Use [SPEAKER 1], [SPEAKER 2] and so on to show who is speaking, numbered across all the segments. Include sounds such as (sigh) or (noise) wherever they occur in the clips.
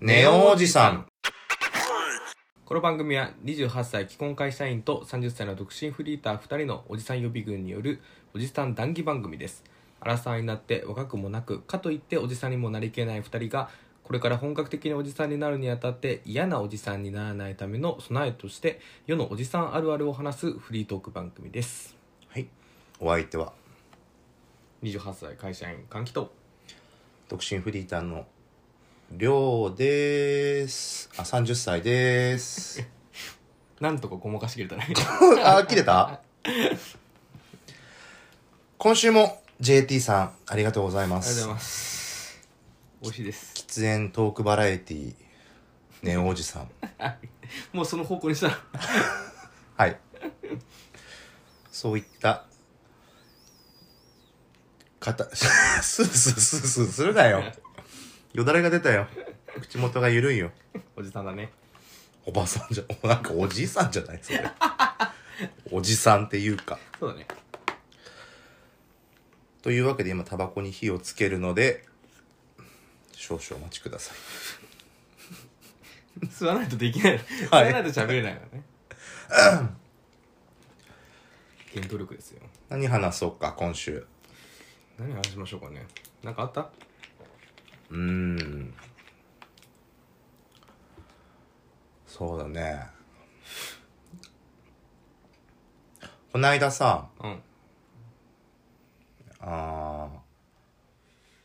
[SPEAKER 1] ネオおじさん。
[SPEAKER 2] この番組は28歳既婚会社員と30歳の独身フリーター2人のおじさん予備軍によるおじさん談義番組ですアラサーになって若くもなくかといっておじさんにもなりきれない2人がこれから本格的におじさんになるにあたって嫌なおじさんにならないための備えとして世のおじさんあるあるを話すフリートーク番組です
[SPEAKER 1] はい。お相手は、
[SPEAKER 2] 28歳会社員換気と
[SPEAKER 1] 独身フリーターの、りょうでーす。あ、30歳でーす。
[SPEAKER 2] (laughs) なんとかごまかしきれたね
[SPEAKER 1] あ、切れた今週も JT さん、ありがとうございま
[SPEAKER 2] ありがとうござ
[SPEAKER 1] す。
[SPEAKER 2] います美味しいです
[SPEAKER 1] 喫煙トークバラエティー、ネオおじさん。
[SPEAKER 2] もうその方向にしたら
[SPEAKER 1] はい。そういった、かた、 (laughs) スースースースーするなよ。よだれが出たよ。口元が緩いよ。
[SPEAKER 2] おじさんだね
[SPEAKER 1] おばさんじゃ、なんかおじいさんじゃないそれ。おじさんっていうか。
[SPEAKER 2] そうだね
[SPEAKER 1] というわけで今タバコに火をつけるので、少々お待ちください。
[SPEAKER 2] 吸わないとできない吸
[SPEAKER 1] は
[SPEAKER 2] わ
[SPEAKER 1] い
[SPEAKER 2] ないと喋れないよね (laughs) 検討力ですよ
[SPEAKER 1] 何話そうか、今週。
[SPEAKER 2] 何話しましょうかねなんかあった
[SPEAKER 1] うーん。そうだね。こないださ、
[SPEAKER 2] うん
[SPEAKER 1] あ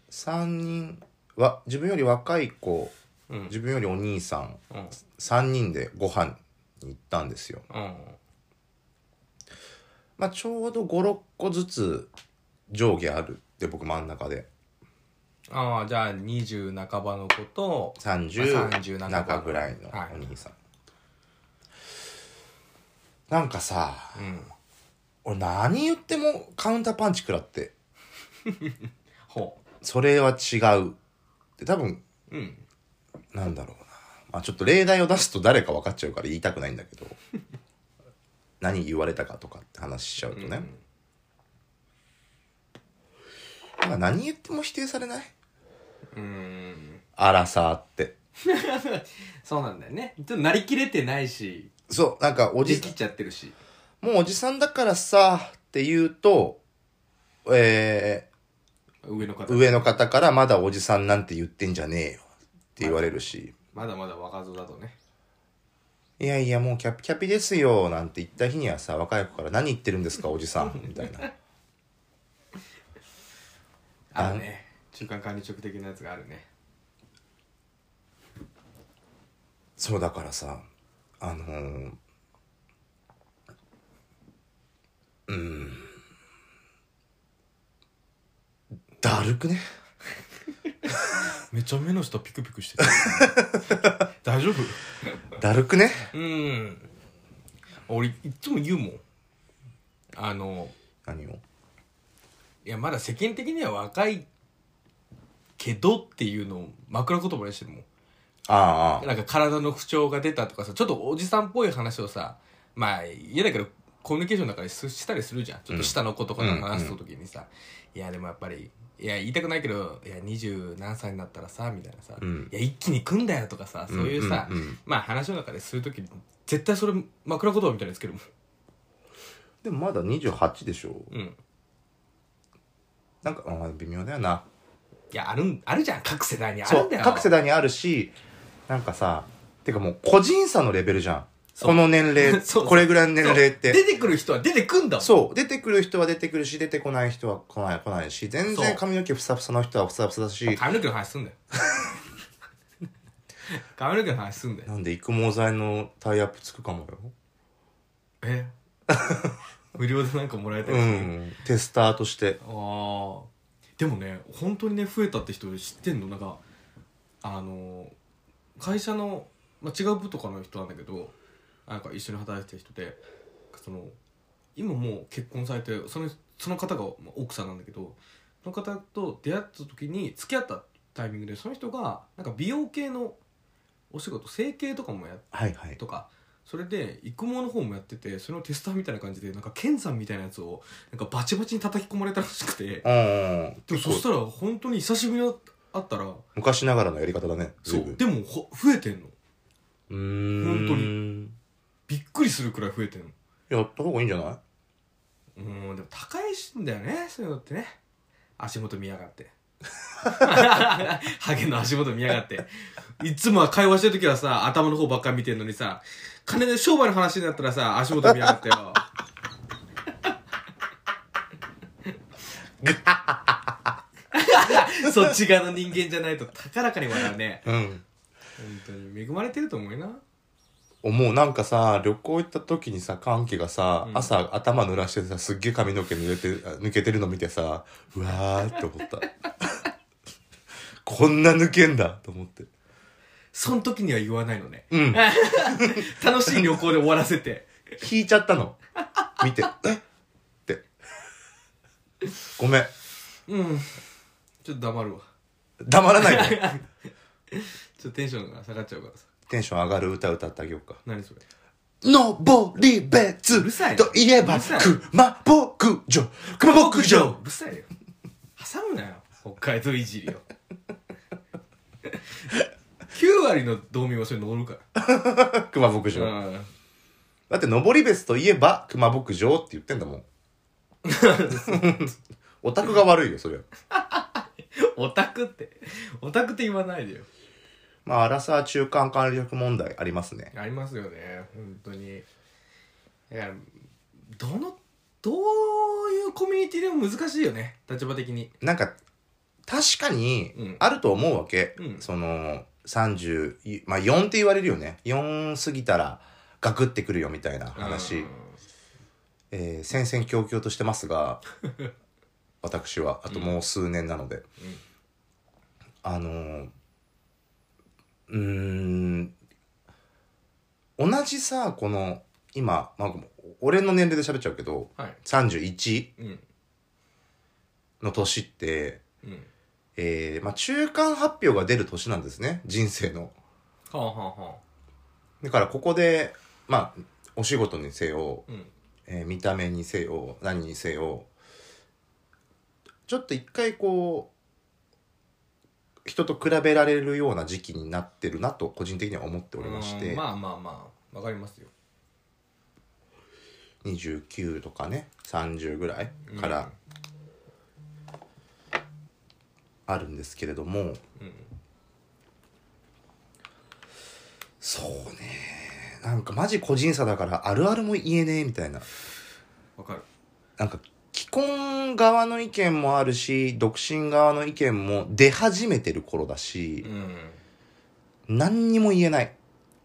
[SPEAKER 1] 3人は自分より若い子、
[SPEAKER 2] うん
[SPEAKER 1] 自分よりお兄さん
[SPEAKER 2] うん
[SPEAKER 1] 3人でご飯に行ったんですよ、
[SPEAKER 2] うん
[SPEAKER 1] まあ、ちょうど56個ずつ上下あるで僕真ん中で
[SPEAKER 2] ああじゃあ20半ばの子と
[SPEAKER 1] 30
[SPEAKER 2] 30
[SPEAKER 1] 中ぐらいの
[SPEAKER 2] はい
[SPEAKER 1] お兄さん、なんかさ
[SPEAKER 2] うん
[SPEAKER 1] 俺何言ってもカウンターパンチ食らって
[SPEAKER 2] ほ
[SPEAKER 1] それは違うで多分
[SPEAKER 2] ううん
[SPEAKER 1] なんだろうな、まあ、ちょっと例題を出すと誰か分かっちゃうから言いたくないんだけど何言われたかとかって話しちゃうとね、なんか何言っても否定されないう
[SPEAKER 2] ーん
[SPEAKER 1] アラサーって
[SPEAKER 2] そうなんだよねちょっとなりきれてないし
[SPEAKER 1] そうなんかお
[SPEAKER 2] お
[SPEAKER 1] じ
[SPEAKER 2] じきっちゃってるし
[SPEAKER 1] もうおじさんだからさって言うとえ
[SPEAKER 2] 上の方
[SPEAKER 1] ー、上の方からまだおじさんなんて言ってんじゃねえよって言われるし、
[SPEAKER 2] まだまだ若造だとね
[SPEAKER 1] いやいやもうキャピキャピですよなんて言った日にはさ若い子から何言ってるんですかおじさんみたいな
[SPEAKER 2] あるね中間管理職的なやつがあるね
[SPEAKER 1] そうだからさあのーうんだるくね
[SPEAKER 2] めっちゃ目の下ピクピク (laughs) してる大丈夫
[SPEAKER 1] だるくね
[SPEAKER 2] うん俺いっつも言うもんあの
[SPEAKER 1] 何を
[SPEAKER 2] いやまだ世間的には若いけどっていうのを枕言葉にしてるもん
[SPEAKER 1] ああ
[SPEAKER 2] なんか体の不調が出たとかさちょっとおじさんっぽい話をさまあ嫌だけどコミュニケーションの中ですしたりするじゃんちょっと下の子とかと話す時にさ、いやでもやっぱりいや言いたくないけどいや二十何歳になったらさみたいなさ、
[SPEAKER 1] うん
[SPEAKER 2] いや一気に来んだよとかさそういうさ、
[SPEAKER 1] うんうんうん
[SPEAKER 2] まあ話の中でする時に絶対それ枕言葉みたいにつけるもん
[SPEAKER 1] でもまだ28でしょ
[SPEAKER 2] うん
[SPEAKER 1] なんか、うん微妙だよない
[SPEAKER 2] や、あるん、あるじゃん、各世代にあ
[SPEAKER 1] そ
[SPEAKER 2] る
[SPEAKER 1] うん
[SPEAKER 2] だよ。
[SPEAKER 1] 各世代にあるしなんかさてかもう個人差のレベルじゃんこの年齢
[SPEAKER 2] (laughs) そうそう
[SPEAKER 1] これぐらいの年齢って
[SPEAKER 2] 出てくる人は出てくんだもん。
[SPEAKER 1] そう。出てくる人は出てくるし、出てこない人は来ない、来ないし、全
[SPEAKER 2] そ
[SPEAKER 1] 然
[SPEAKER 2] う
[SPEAKER 1] 髪の毛ふさふさの人はふさふさだし、
[SPEAKER 2] 髪の毛の話す
[SPEAKER 1] (laughs)
[SPEAKER 2] んだよ。髪の毛の話すんだよ。
[SPEAKER 1] なんで育毛剤のタイアップつくかもよ。
[SPEAKER 2] え (laughs) 無料でなんかもらえた
[SPEAKER 1] う
[SPEAKER 2] りする。
[SPEAKER 1] ん。テスターとして。
[SPEAKER 2] ああ。でもね、本当にね、増えたって人知ってんのなんか、あの、会社の、まあ、違う部とかの人なんだけど、なんか一緒に働いてた人で、その、今もう結婚されて、その、その方がまあ奥さんなんだけど、その方と出会った時に、付き合ったタイミングで、その人が、なんか美容系のお仕事、整形とかもやっ
[SPEAKER 1] はいはい。
[SPEAKER 2] とかそれで育毛の方もやっててそれのテスターみたいな感じでなんか剣山みたいなやつをなんかバチバチに叩き込まれたらしくて
[SPEAKER 1] うん。
[SPEAKER 2] でもそしたら本当に久しぶりのあったら
[SPEAKER 1] 昔ながらのやり方だね
[SPEAKER 2] そ
[SPEAKER 1] 随分
[SPEAKER 2] うでもほ増えてんの
[SPEAKER 1] うーん
[SPEAKER 2] 本当びっくりするくらい増えてんの
[SPEAKER 1] やった方がいいんじゃな
[SPEAKER 2] うーんでも高いしんだよねそういうのってね足元見やがってハゲの足元見やがっていつもは会話してる時はさ頭の方ばっかり見てんのにさ金で商売の話になったらさ足元見やがってよ (laughs) そっち側の人間じゃないと高らかに笑うね
[SPEAKER 1] いうん
[SPEAKER 2] 本当に恵まれてると思うな
[SPEAKER 1] 思うなんかさ旅行行った時にさ歓喜がさ、
[SPEAKER 2] うん
[SPEAKER 1] 朝頭濡らしてさすっげえ髪の毛濡れてあ抜けてるの見てさうわーって思った (laughs) こんな抜けんだと思って
[SPEAKER 2] その時には言わないのね
[SPEAKER 1] うん
[SPEAKER 2] (laughs) 楽しい旅行で終わらせて
[SPEAKER 1] 引いちゃったの見てえってごめん
[SPEAKER 2] うんちょっと黙るわ
[SPEAKER 1] 黙らないで
[SPEAKER 2] ちょっとテンションが下がっちゃうからさ
[SPEAKER 1] テンション上がる歌歌ってあげようか
[SPEAKER 2] 何それ
[SPEAKER 1] のぼりべ
[SPEAKER 2] うるさ
[SPEAKER 1] つ
[SPEAKER 2] い
[SPEAKER 1] といえば
[SPEAKER 2] うるさい
[SPEAKER 1] 熊牧場熊牧場
[SPEAKER 2] うるさいよ挟むなよ北海道いじり
[SPEAKER 1] (laughs)
[SPEAKER 2] を9割の道民はそれ乗るか
[SPEAKER 1] 熊牧
[SPEAKER 2] ら、
[SPEAKER 1] 場だってのぼりべつといえば熊牧場って言ってんだも (laughs) んオタクが悪いよそれは
[SPEAKER 2] オタクってオタクって言わないでよ
[SPEAKER 1] まあアラサー中間管理職問題ありますね
[SPEAKER 2] ありますよね本当にだからどのどういうコミュニティでも難しいよね立場的に
[SPEAKER 1] なんか確か
[SPEAKER 2] う
[SPEAKER 1] に
[SPEAKER 2] ん
[SPEAKER 1] あると思うわけ、
[SPEAKER 2] うん
[SPEAKER 1] その30いまあ4って言われるよね4過ぎたらガクってくるよみたいな話、
[SPEAKER 2] うん
[SPEAKER 1] えー戦々恐々としてますが (laughs) 私はあともう数年なので、あのーうーん同じさこの今、まあ、俺の年齢で喋っちゃうけど
[SPEAKER 2] はい
[SPEAKER 1] 31
[SPEAKER 2] うん
[SPEAKER 1] の年って、
[SPEAKER 2] うん
[SPEAKER 1] えーまあ、中間発表が出る年なんですね人生の。
[SPEAKER 2] はあはあはあ
[SPEAKER 1] だからここで、まあ、お仕事にせよ
[SPEAKER 2] うん
[SPEAKER 1] えー見た目にせよ何にせよちょっと一回こう人と比べられるような時期になってるなと個人的には思っておりまし
[SPEAKER 2] う
[SPEAKER 1] て、
[SPEAKER 2] んまあまあまあわかりますよ
[SPEAKER 1] 29とかね30ぐらいからあるんですけれども、
[SPEAKER 2] うん
[SPEAKER 1] そうねなんかマジ個人差だからあるあるも言えねえみたいな
[SPEAKER 2] わかる
[SPEAKER 1] なんか既婚側の意見もあるし独身側の意見も出始めてる頃だし
[SPEAKER 2] う、ん、
[SPEAKER 1] 何にも言えない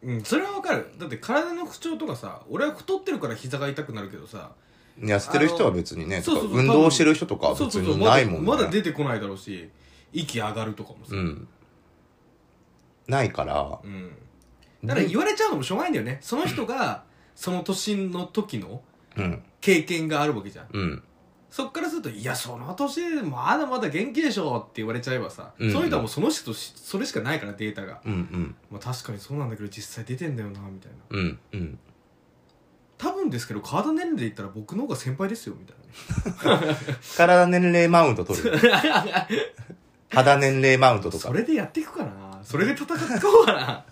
[SPEAKER 2] うん、それはわかるだって体の不調とかさ俺は太ってるから膝が痛くなるけどさ
[SPEAKER 1] 痩せてる人は別にね
[SPEAKER 2] そう
[SPEAKER 1] と
[SPEAKER 2] そう
[SPEAKER 1] か
[SPEAKER 2] そ
[SPEAKER 1] 運
[SPEAKER 2] う
[SPEAKER 1] 動してる人とかは
[SPEAKER 2] そう
[SPEAKER 1] 別
[SPEAKER 2] そうそう
[SPEAKER 1] に
[SPEAKER 2] ま
[SPEAKER 1] ない
[SPEAKER 2] だ
[SPEAKER 1] もんね
[SPEAKER 2] まだ出てこないだろうし息上がるとかも
[SPEAKER 1] う
[SPEAKER 2] さ
[SPEAKER 1] んないから
[SPEAKER 2] うん、だから言われちゃうのもしょうがないんだよねその人がその年の時の
[SPEAKER 1] うん
[SPEAKER 2] 経験があるわけじゃん
[SPEAKER 1] うん
[SPEAKER 2] そっからすると「いやその年でまだまだ元気でしょ」って言われちゃえばさ、
[SPEAKER 1] うん
[SPEAKER 2] その人はもうその人としそれしかないからデータが、
[SPEAKER 1] うん
[SPEAKER 2] まあ、確かにそうなんだけど実際出てんだよなみたいな
[SPEAKER 1] うんうんうん
[SPEAKER 2] 多分ですけど体年齢で言ったら僕の方が先輩ですよみたいなね
[SPEAKER 1] 体年齢マウント取る肌年齢マウントと
[SPEAKER 2] そ
[SPEAKER 1] か
[SPEAKER 2] れでやっていくかなそれで戦っていこうかな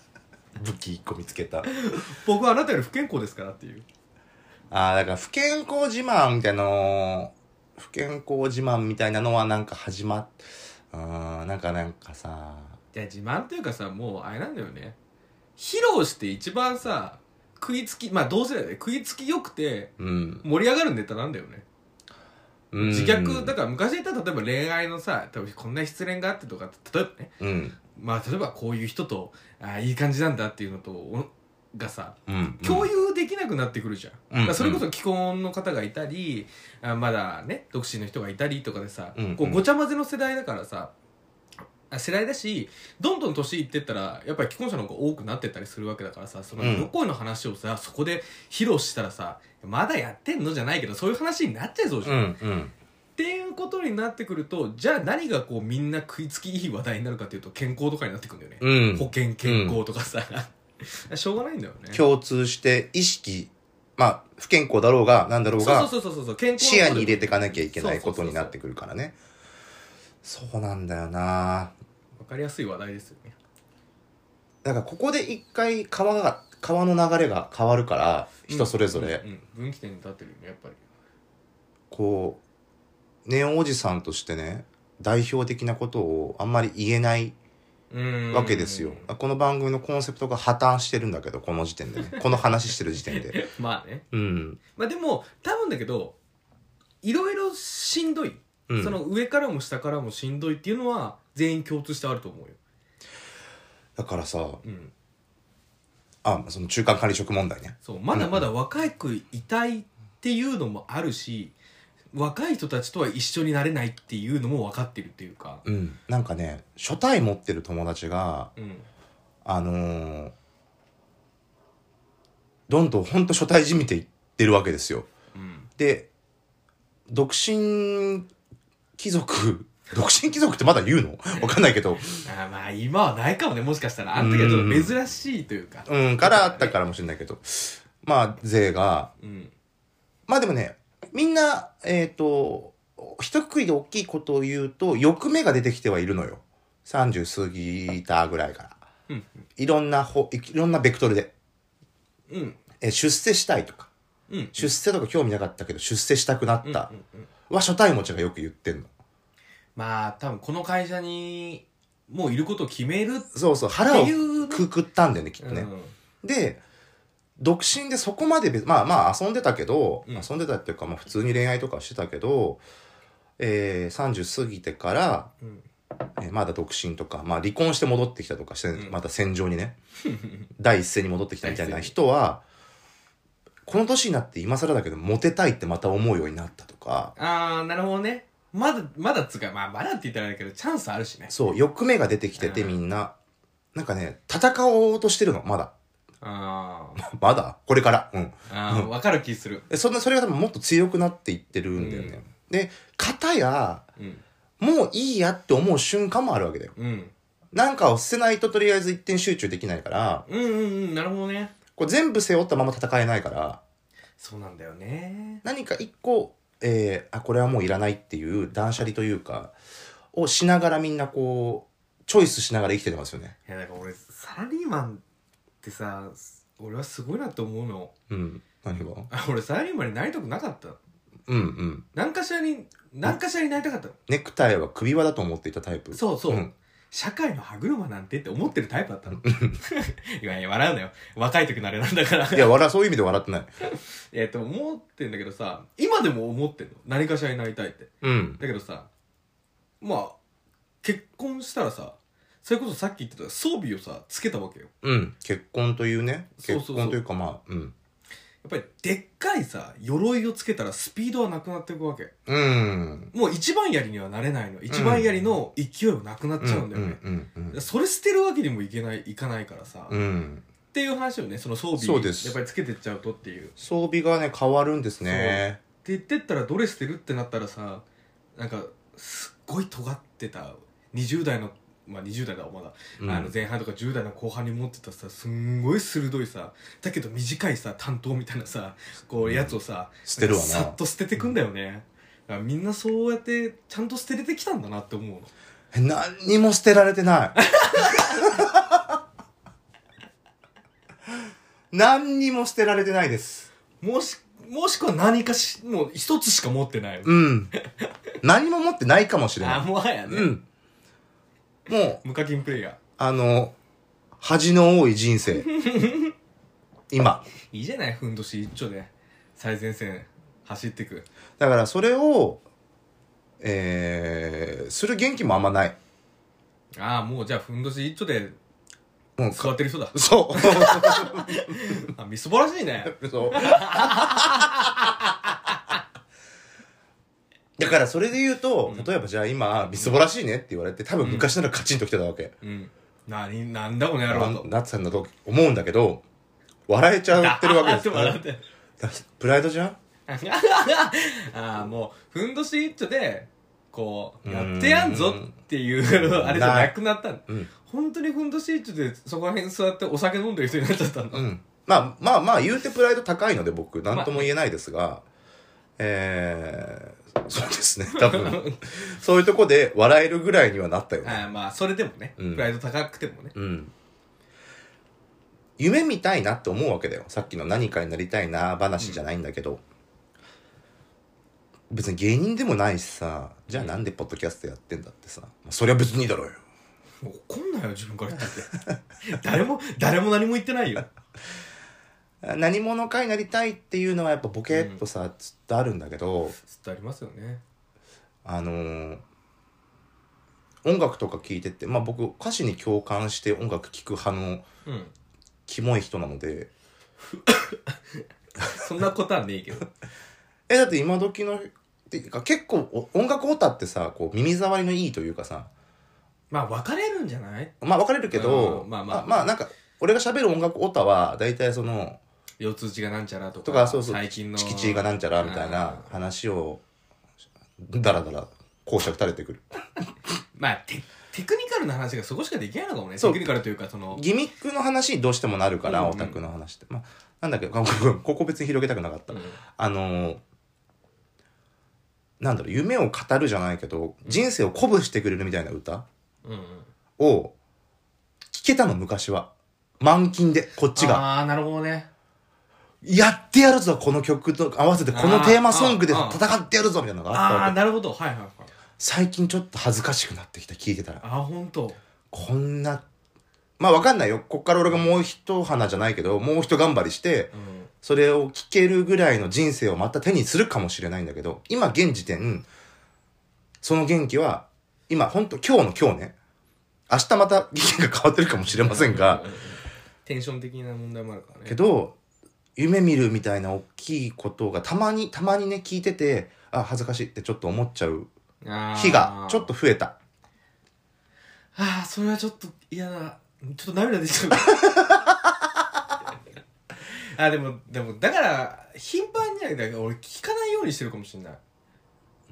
[SPEAKER 1] 武器1個見つけた
[SPEAKER 2] (laughs) 僕はあなたより不健康ですからっていう
[SPEAKER 1] ああだから不健康自慢みたいなの不健康自慢みたいなのはなんか始まっうーんなんかなんかさ
[SPEAKER 2] いや自慢というかさもうあれなんだよね披露して一番さ食いつきまあ同世代で食いつきよくて
[SPEAKER 1] うん
[SPEAKER 2] 盛り上がるネタなんだよね
[SPEAKER 1] うん
[SPEAKER 2] 自虐だから昔言ったら例えば恋愛のさ多分こんな失恋があってとか例えばね
[SPEAKER 1] うん
[SPEAKER 2] まあ例えばこういう人とあーいい感じなんだっていうのとおがさ
[SPEAKER 1] うん
[SPEAKER 2] 共有できなくなってくるじゃん、
[SPEAKER 1] うん
[SPEAKER 2] だからそれこそ既婚の方がいたり、あまだね独身の人がいたりとかでさ、
[SPEAKER 1] うん
[SPEAKER 2] こうごちゃ混ぜの世代だからさあ世代だしどんどん年いってったらやっぱり既婚者の方が多くなってったりするわけだからさその
[SPEAKER 1] うん
[SPEAKER 2] 旅行の話をさ、そこで披露したらさまだやってんのじゃないけどそういう話になっちゃいそうじゃん、
[SPEAKER 1] う
[SPEAKER 2] っ
[SPEAKER 1] んうん
[SPEAKER 2] ていうことになってくるとじゃあ何がこうみんな食いつきいい話題になるかっていうと健康とかになってくるんだよね、
[SPEAKER 1] うん
[SPEAKER 2] 保険健康とかさ、 (laughs) しょうがないんだよね
[SPEAKER 1] 共通して意識まあ不健康だろうがなんだろうが
[SPEAKER 2] そうそうそうそうそう健康
[SPEAKER 1] 視野に入れていかなきゃいけないことになってくるからねそうなんだよな
[SPEAKER 2] わかりやすい話題ですよね
[SPEAKER 1] だからここで一回川が川の流れが変わるから人それぞれ、
[SPEAKER 2] うんうん分岐点に立ってるよねやっぱり
[SPEAKER 1] こうネオおじさんとしてね代表的なことをあんまり言えないわけですよこの番組のコンセプトが破綻してるんだけどこの時点で
[SPEAKER 2] (laughs)
[SPEAKER 1] ねこの話してる時点で
[SPEAKER 2] まあね
[SPEAKER 1] うん、
[SPEAKER 2] まあでも多分だけどいろいろしんどい、
[SPEAKER 1] うん、
[SPEAKER 2] その上からも下からもしんどいっていうのは全員共通してあると思うよ、
[SPEAKER 1] だからさ
[SPEAKER 2] うん、
[SPEAKER 1] あその中間管理職問題ね
[SPEAKER 2] そうまだまだ若くいたいっていうのもあるし若い人たちとは一緒になれないっていうのも分かってるっていうか
[SPEAKER 1] うんなんかね初対持ってる友達が
[SPEAKER 2] うん
[SPEAKER 1] あのーどんどんほんと初対じみていってるわけですよ
[SPEAKER 2] うん
[SPEAKER 1] で独身貴族 (laughs) 独身貴族ってまだ言うの (laughs) わかんないけど
[SPEAKER 2] あーまあ今はないかもねもしかしたらあんたがちょっと珍しいというか
[SPEAKER 1] うんからあったからもしれないけどまあ税が
[SPEAKER 2] うん
[SPEAKER 1] まあでもねみんなえっ、と一括りで大きいことを言うと欲目が出てきてはいるのよ30過ぎたぐらいから
[SPEAKER 2] うん
[SPEAKER 1] いろんなほいろんなベクトルで
[SPEAKER 2] うん
[SPEAKER 1] え出世したいとか
[SPEAKER 2] うん
[SPEAKER 1] 出世とか興味なかったけど出世したくなった
[SPEAKER 2] うんうんうん
[SPEAKER 1] は初対持ちがよく言ってんの
[SPEAKER 2] まあ多分この会社にもういることを決める
[SPEAKER 1] そうそう腹を
[SPEAKER 2] っていう
[SPEAKER 1] くくったんだよねきっとね、
[SPEAKER 2] うん
[SPEAKER 1] で独身でそこまで別まあまあ遊んでたけど、
[SPEAKER 2] うん
[SPEAKER 1] 遊んでたっていうか、まあ、普通に恋愛とかしてたけど、えー、30過ぎてから、
[SPEAKER 2] うん
[SPEAKER 1] えーまだ独身とか、まあ、離婚して戻ってきたとかして、
[SPEAKER 2] うん
[SPEAKER 1] また戦場に
[SPEAKER 2] (laughs)
[SPEAKER 1] ね第一線に戻ってきたみたいな人はこの年になって今更だけどモテたいってまた思うようになったとか
[SPEAKER 2] ああなるほどねまだまだっつうかまあまだって言ったらあれだけどチャンスあるしね
[SPEAKER 1] そう欲目が出てきてて
[SPEAKER 2] うん
[SPEAKER 1] みんな、なんかね戦おうとしてるのまだ (laughs)
[SPEAKER 2] あー
[SPEAKER 1] まだこれからうん
[SPEAKER 2] あーわかる気する
[SPEAKER 1] でそんなそれが多分もっと強くなっていってるんだよね、で片や
[SPEAKER 2] うん
[SPEAKER 1] もういいやって思う瞬間もあるわけだよ
[SPEAKER 2] うん
[SPEAKER 1] なんかを捨てないととりあえず一点集中できないから
[SPEAKER 2] うんうんうんなるほどね
[SPEAKER 1] こう全部背負ったまま戦えないから
[SPEAKER 2] そうなんだよね
[SPEAKER 1] 何か一個、えーあこれはもういらないっていう断捨離というかをしながらみんなこうチョイスしながら生きててますよね
[SPEAKER 2] いやだから俺サラリーマンってさ俺はすごいなと思うの
[SPEAKER 1] うん何が
[SPEAKER 2] あ俺サラリーマンになりたくなかった
[SPEAKER 1] うんうん
[SPEAKER 2] 何かしらに何かしらになりたかったの
[SPEAKER 1] ネクタイは首輪だと思っていたタイプ
[SPEAKER 2] そうそう、
[SPEAKER 1] うん
[SPEAKER 2] 社会の歯車なんてって思ってるタイプだったの (laughs) いやいや笑うなよ若い時のあれなんだから
[SPEAKER 1] いや笑そういう意味で笑ってない
[SPEAKER 2] えっと思ってんだけどさ今でも思ってんの何かしらになりたいって
[SPEAKER 1] うん
[SPEAKER 2] だけどさまあ結婚したらさそれこそさっき言ってた装備をさつけたわけよ
[SPEAKER 1] うん結婚というね
[SPEAKER 2] そうそう
[SPEAKER 1] 結
[SPEAKER 2] そう
[SPEAKER 1] 婚というかまあうん
[SPEAKER 2] やっぱりでっかいさ鎧をつけたらスピードはなくなっていくわけ
[SPEAKER 1] うん
[SPEAKER 2] もう一番槍にはなれないの一番槍の勢いはなくなっちゃうんだよね、
[SPEAKER 1] うんうんうん
[SPEAKER 2] それ捨てるわけにもいけないいかないからさ、
[SPEAKER 1] う
[SPEAKER 2] っ
[SPEAKER 1] ん
[SPEAKER 2] ていう話をねその装
[SPEAKER 1] そう
[SPEAKER 2] 備
[SPEAKER 1] です
[SPEAKER 2] やっぱりつけてっちゃうとっていうって
[SPEAKER 1] 装備がね変わるんですね
[SPEAKER 2] 言ってったらどれ捨てるってなったらさなんかすっごい尖ってた20代のまあ20代だわまだ
[SPEAKER 1] うん
[SPEAKER 2] あの前半とか10代の後半に持ってたさすんごい鋭いさだけど短いさ担当みたいなさこうやつをさ、
[SPEAKER 1] 捨てるわ
[SPEAKER 2] さっ
[SPEAKER 1] な
[SPEAKER 2] と捨ててくんだよね、だからみんなそうやってちゃんと捨てれてきたんだなって思うの
[SPEAKER 1] え何にも捨てられてない (laughs) 何にも捨てられてないです
[SPEAKER 2] もしもしくは何かしもう一つしか持ってない、
[SPEAKER 1] うん何も持ってないかもしれ
[SPEAKER 2] あ
[SPEAKER 1] ない
[SPEAKER 2] もはやね、
[SPEAKER 1] うんもう
[SPEAKER 2] 無課金プレイヤ
[SPEAKER 1] あの恥の多い人生今
[SPEAKER 2] ーいいじゃないふんどし一丁で最前線走ってく
[SPEAKER 1] だからそれをえー、する元気もあんまない
[SPEAKER 2] ああもうじゃあふんどし一丁で
[SPEAKER 1] もう
[SPEAKER 2] 座ってる人だ
[SPEAKER 1] そう
[SPEAKER 2] あみすぼらしいね
[SPEAKER 1] (laughs) そう。だからそれで言うと、
[SPEAKER 2] うん
[SPEAKER 1] 例えばじゃあ今、みすぼらしいねって言われて、多分昔ならカチンと来てたわけ。
[SPEAKER 2] うん何なんだこの野
[SPEAKER 1] な
[SPEAKER 2] 郎
[SPEAKER 1] ん
[SPEAKER 2] と
[SPEAKER 1] なってたんだと思うんだけど、笑えちゃってるわけ (laughs) です
[SPEAKER 2] だーって笑って
[SPEAKER 1] だプライドじゃん
[SPEAKER 2] (laughs) ああもうふんどし一丁でこうやってやんぞっていう
[SPEAKER 1] ーん
[SPEAKER 2] あれじゃなくなった
[SPEAKER 1] うん。
[SPEAKER 2] 本当にふんどし一丁でそこら辺座ってお酒飲んでる人になっちゃったんだ、
[SPEAKER 1] うん。まあまあまあ、言うてプライド高いので僕、なんとも言えないですが、えーそうですね多 (laughs) 分そういうとこで笑えるぐらいにはなったよね、
[SPEAKER 2] (laughs) ああまあそれでもね、
[SPEAKER 1] うん
[SPEAKER 2] プライド高くてもね
[SPEAKER 1] うん夢見たいなって思うわけだよさっきの何かになりたいな話じゃないんだけど、別に芸人でもないしさじゃあなんでポッドキャストやってんだってさ、まあ、そりゃ別にいいだろうよ
[SPEAKER 2] 怒んなよ自分から言ったって誰も誰も何も言ってないよ
[SPEAKER 1] 何者かになりたいっていうのはやっぱボケっとさ、ずっとあるんだけど
[SPEAKER 2] ずっとありますよね
[SPEAKER 1] あのー音楽とか聴いてて、まあ、僕歌詞に共感して音楽聴く派の
[SPEAKER 2] うん
[SPEAKER 1] キモい人なので
[SPEAKER 2] そんなことはねえけど
[SPEAKER 1] えだって今時のっていうか結構お音楽オタってさこう耳障りのいいというかさ
[SPEAKER 2] (laughs) まあ別れるんじゃない
[SPEAKER 1] まあ分かれるけど
[SPEAKER 2] うんまあまあ
[SPEAKER 1] まあなんか俺が喋る音楽オタは大体その
[SPEAKER 2] 腰痛持がなんちゃらとか
[SPEAKER 1] とかそうそう
[SPEAKER 2] 最近の
[SPEAKER 1] チキチーがなんちゃらみたいな
[SPEAKER 2] あー
[SPEAKER 1] 話をダラダラ講釈垂れてくる
[SPEAKER 2] まあテテクニカルな話がそこしかできないのかもね
[SPEAKER 1] そう
[SPEAKER 2] テクニカルというかその
[SPEAKER 1] ギミックの話にどうしてもなるから、
[SPEAKER 2] うんうん
[SPEAKER 1] オタクの話って、まあ、なんだっけどここ別に広げたくなかった、
[SPEAKER 2] うん
[SPEAKER 1] あのーなんだろう夢を語るじゃないけど人生を鼓舞してくれるみたいな歌
[SPEAKER 2] うんうん
[SPEAKER 1] を聞けたの昔は満金でこっちが
[SPEAKER 2] ああなるほどね
[SPEAKER 1] やってやるぞこの曲と合わせてこのテーマソングで
[SPEAKER 2] あーあー
[SPEAKER 1] 戦ってやるぞみたいなのがあった
[SPEAKER 2] ああ
[SPEAKER 1] わ
[SPEAKER 2] ー
[SPEAKER 1] け
[SPEAKER 2] なるほどはいはいはい
[SPEAKER 1] 最近ちょっと恥ずかしくなってきた聞いてたら
[SPEAKER 2] ああほんと
[SPEAKER 1] こんなまあわかんないよこっから俺がもう一花じゃないけどもう一頑張りして
[SPEAKER 2] うん
[SPEAKER 1] それを聞けるぐらいの人生をまた手にするかもしれないんだけど、今現時点、その元気は、今ほんと今日の今日ね、明日また意見が変わってるかもしれませんが
[SPEAKER 2] う、ううテンション的な問題もあるからね
[SPEAKER 1] けど、夢見るみたいな大きいことがたまに、たまにね、聞いてて、あ、恥ずかしいってちょっと思っちゃう
[SPEAKER 2] あー
[SPEAKER 1] 日がちょっと増えた。
[SPEAKER 2] ああそれはちょっと嫌だちょっと涙出ちゃう (laughs) あーでもでもだから頻繁にはだから俺聞かないようにしてるかもしれない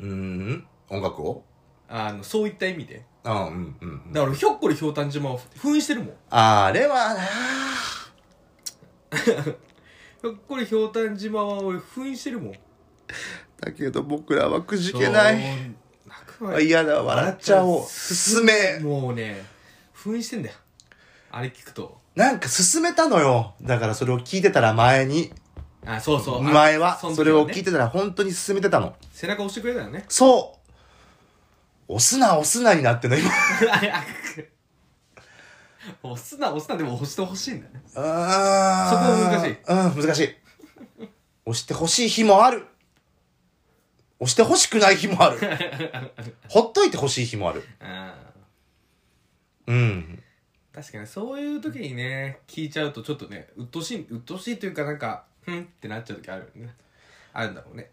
[SPEAKER 2] う
[SPEAKER 1] ーん、音楽を
[SPEAKER 2] あのそういった意味で
[SPEAKER 1] あうんうんうん。
[SPEAKER 2] だから俺ひょっこりひょうたん島を封印してるもん
[SPEAKER 1] あれはな
[SPEAKER 2] ひょっこりひょうたん島は俺封印してるもん
[SPEAKER 1] だけど僕らはくじ
[SPEAKER 2] そう
[SPEAKER 1] けない。
[SPEAKER 2] 泣くわ
[SPEAKER 1] あ嫌だ、笑っちゃおう。進め。
[SPEAKER 2] もうね封印してんだよあれ聞くと
[SPEAKER 1] なんか勧めたのよ。だからそれを聞いてたら前に、
[SPEAKER 2] あそうそうあ
[SPEAKER 1] 前は、
[SPEAKER 2] の時
[SPEAKER 1] それを
[SPEAKER 2] ね
[SPEAKER 1] 聞いてたら本当に勧めてたの。
[SPEAKER 2] 背中押してくれたよね
[SPEAKER 1] そう押すな、押すなになってんの、今。
[SPEAKER 2] あれあく押すな押すなでも押してほしいんだね
[SPEAKER 1] あーう
[SPEAKER 2] そ
[SPEAKER 1] ん、難しい。押してほしい日もある。押してほしくない日もあ
[SPEAKER 2] (laughs)
[SPEAKER 1] る。ほっといてほしい日もある。
[SPEAKER 2] あ
[SPEAKER 1] うん。
[SPEAKER 2] ー確かにそういう時にね聞いちゃうとちょっとね鬱陶しい鬱陶しいというかなんかふんってなっちゃう時あるよねあるんだろうね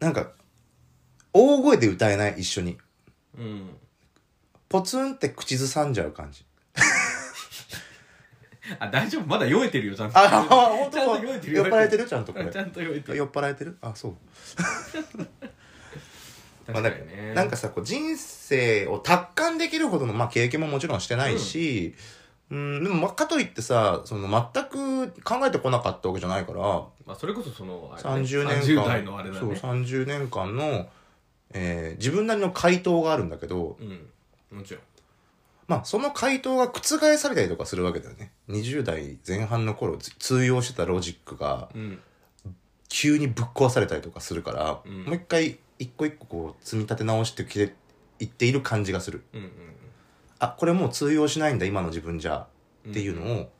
[SPEAKER 1] なんか、大声で歌えない、一緒に。
[SPEAKER 2] うん
[SPEAKER 1] ポツンって口ずさんじゃう感じ。
[SPEAKER 2] あ大丈夫まだ酔えてるよちゃんと
[SPEAKER 1] あ、ほん
[SPEAKER 2] ちゃんと酔えてる
[SPEAKER 1] 酔っ払えて
[SPEAKER 2] る
[SPEAKER 1] るちゃんとこれ
[SPEAKER 2] ち。ゃんと酔えてる
[SPEAKER 1] 酔っ払えてるあ、そう。まあな
[SPEAKER 2] 確か
[SPEAKER 1] んか
[SPEAKER 2] にね
[SPEAKER 1] なんかさこう人生を達観できるほどの、まあ、経験ももちろんしてないし、うん、でも、まあ、かといってさその全く考えてこなかったわけじゃないから
[SPEAKER 2] まあそれこそそのあれね
[SPEAKER 1] 30
[SPEAKER 2] 30
[SPEAKER 1] 年間
[SPEAKER 2] 代のあれだ
[SPEAKER 1] そう
[SPEAKER 2] ね
[SPEAKER 1] 30年間の、えー自分なりの回答があるんだけど、
[SPEAKER 2] うんもちろん
[SPEAKER 1] まあ、その回答が覆されたりとかするわけだよね20代前半の頃つ通用してたロジックが
[SPEAKER 2] うん
[SPEAKER 1] 急にぶっ壊されたりとかするから、
[SPEAKER 2] うん
[SPEAKER 1] もう一回一個一個こう積み立て直してきていっている感じがする。
[SPEAKER 2] うんうん
[SPEAKER 1] あこれもう通用しないんだ今の自分じゃっていうのを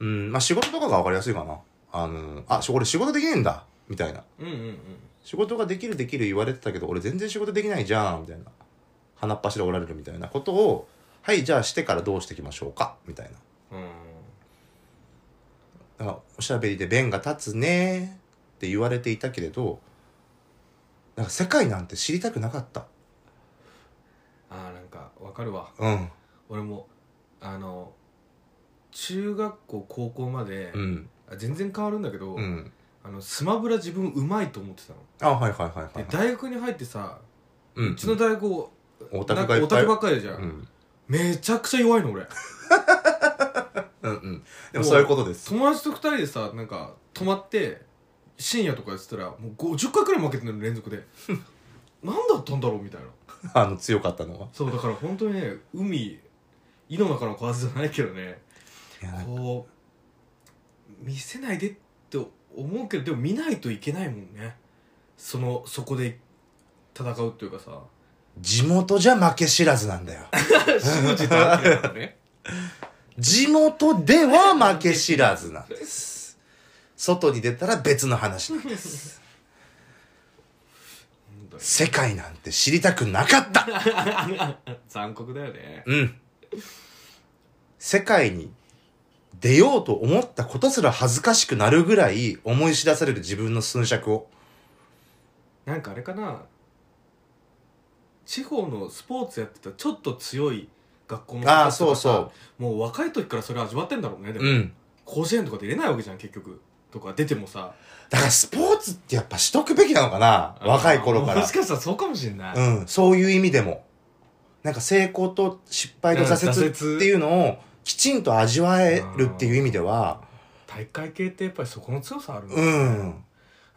[SPEAKER 1] うん、まあ仕事とかが分かりやすいかなあのあし俺仕事できねえんだみたいな
[SPEAKER 2] うんうんうん
[SPEAKER 1] 仕事ができるできる言われてたけど俺全然仕事できないじゃんみたいな鼻っ柱折られるみたいなことをはいじゃあしてからどうしていきましょうかみたいな
[SPEAKER 2] うん
[SPEAKER 1] だからおしゃべりで弁が立つねって言われていたけれどなんか世界なんて知りたくなかった
[SPEAKER 2] ああなんかわかるわ
[SPEAKER 1] うん
[SPEAKER 2] 俺もあの中学校高校まで、
[SPEAKER 1] うん
[SPEAKER 2] あ全然変わるんだけど、
[SPEAKER 1] うん
[SPEAKER 2] あのスマブラ自分うまいと思ってたの
[SPEAKER 1] あはいはいはいはい
[SPEAKER 2] で大学に入ってさ、
[SPEAKER 1] う
[SPEAKER 2] うんちの大学
[SPEAKER 1] オタ
[SPEAKER 2] なん
[SPEAKER 1] ク
[SPEAKER 2] か
[SPEAKER 1] がいっ
[SPEAKER 2] オ
[SPEAKER 1] ぱ
[SPEAKER 2] タ
[SPEAKER 1] い
[SPEAKER 2] クばっかりじゃん、
[SPEAKER 1] うん
[SPEAKER 2] めちゃくちゃ弱いの俺
[SPEAKER 1] うんうんでもそういうことです
[SPEAKER 2] 友達と二人でさなんか泊まって深夜とかやってたらもう50回くらい負けてるの連
[SPEAKER 1] (laughs)
[SPEAKER 2] 続で何だったんだろうみたいな
[SPEAKER 1] あの強かったのは
[SPEAKER 2] そうだから本当にね海井の中の蛙じゃないけどね
[SPEAKER 1] いやなんか
[SPEAKER 2] こう見せないでって思うけどでも見ないといけないもんねそのそこで戦うっていうかさ
[SPEAKER 1] 地元じゃ負け知らずなんだよ
[SPEAKER 2] 真実は明らかだね
[SPEAKER 1] 地元では負け知らずなんです外に出たら別の話なんです
[SPEAKER 2] 本当に
[SPEAKER 1] 世界なんて知りたくなかった
[SPEAKER 2] 残酷だよね
[SPEAKER 1] うん世界に出ようと思ったことすら恥ずかしくなるぐらい思い知らされる自分の寸尺を
[SPEAKER 2] なんかあれかな地方のスポーツやってたちょっと強い学校の
[SPEAKER 1] ああ
[SPEAKER 2] 人
[SPEAKER 1] そ
[SPEAKER 2] た
[SPEAKER 1] う
[SPEAKER 2] ちとかさ
[SPEAKER 1] そ
[SPEAKER 2] もう若い時からそれ味わってんだろうねで
[SPEAKER 1] う
[SPEAKER 2] も、
[SPEAKER 1] うん
[SPEAKER 2] 甲子園とか出れないわけじゃん結局とか出てもさ
[SPEAKER 1] だからスポーツってやっぱしとくべきなのかな若い頃か
[SPEAKER 2] も
[SPEAKER 1] ら
[SPEAKER 2] しかしたらそうかもしれない、
[SPEAKER 1] うん、そういう意味でも。なんか成功と失敗と挫
[SPEAKER 2] うん
[SPEAKER 1] 折
[SPEAKER 2] 挫折
[SPEAKER 1] っていうのをきちんと味わえるっていう意味では、
[SPEAKER 2] 体育会系ってやっぱりそこの強さあるの
[SPEAKER 1] う
[SPEAKER 2] ね
[SPEAKER 1] ん、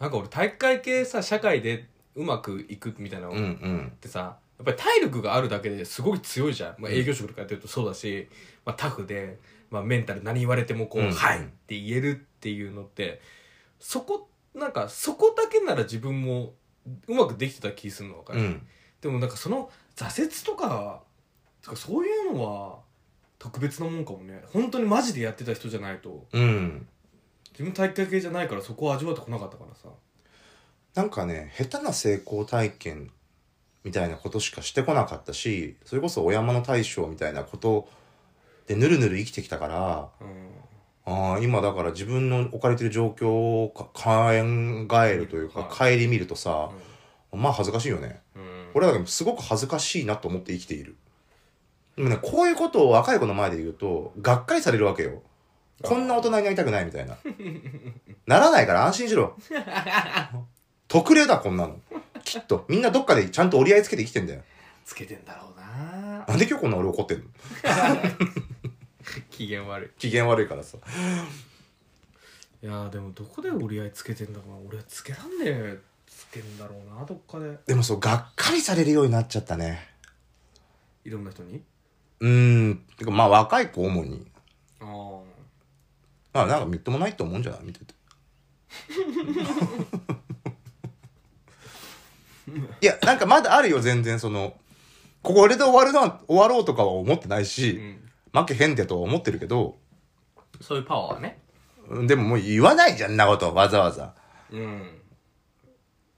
[SPEAKER 2] なんか俺体育会系さ社会でうまくいくみたいなの
[SPEAKER 1] うん、
[SPEAKER 2] っ
[SPEAKER 1] うん、
[SPEAKER 2] てさ、やっぱり体力があるだけですごい強いじゃん、まあ、営業職とかやってるとそうだし、まあ、タフで、まあ、メンタル何言われてもこう
[SPEAKER 1] う
[SPEAKER 2] 「
[SPEAKER 1] ん
[SPEAKER 2] はい!」って言えるっていうのってそこなんかそこだけなら自分もうまくできてた気するの分か
[SPEAKER 1] う
[SPEAKER 2] る、
[SPEAKER 1] ん。
[SPEAKER 2] でもなんかその挫折とかとかそういうのは特別なもんかもね本当にマジでやってた人じゃないと
[SPEAKER 1] うん。
[SPEAKER 2] 自分体育会系じゃないからそこを味わってこなかったからさ
[SPEAKER 1] なんかね、下手な成功体験みたいなことしかしてこなかったし、それこそお山の大将みたいなことでぬるぬる生きてきたから、
[SPEAKER 2] うん
[SPEAKER 1] ああ、今だから自分の置かれてる状況をか考えるというか、顧みるとさ、まあ恥ずかしいよね。
[SPEAKER 2] うん
[SPEAKER 1] 俺はねすごく恥ずかしいなと思って生きているでもねこういうことを若い子の前で言うとがっかりされるわけよこんな大人になりたくないみたいなならないから安心しろ特例だこんなのきっとみんなどっかでちゃんと折り合いつけて生きてんだよ
[SPEAKER 2] つけてんだろうな
[SPEAKER 1] なんで今日こんな俺怒ってんの
[SPEAKER 2] 機嫌悪
[SPEAKER 1] 機嫌悪いからさ
[SPEAKER 2] いいやーでもどこで折り合いつけてんだろうな俺はつけらんねえつけんだろうなどっかで
[SPEAKER 1] でもそうがっかりされるようになっちゃったね
[SPEAKER 2] いろんな人に
[SPEAKER 1] うーんてかまあ若い子主に
[SPEAKER 2] ああ
[SPEAKER 1] まあなんかみっともないと思うんじゃない見てていやなんかまだあるよ全然そのここ俺で終わるな終わろうとかは思ってないし、
[SPEAKER 2] ん
[SPEAKER 1] 負けへんでとは思ってるけど
[SPEAKER 2] そういうパワーはね
[SPEAKER 1] でももう言わないじゃんんなことわざわざ
[SPEAKER 2] うん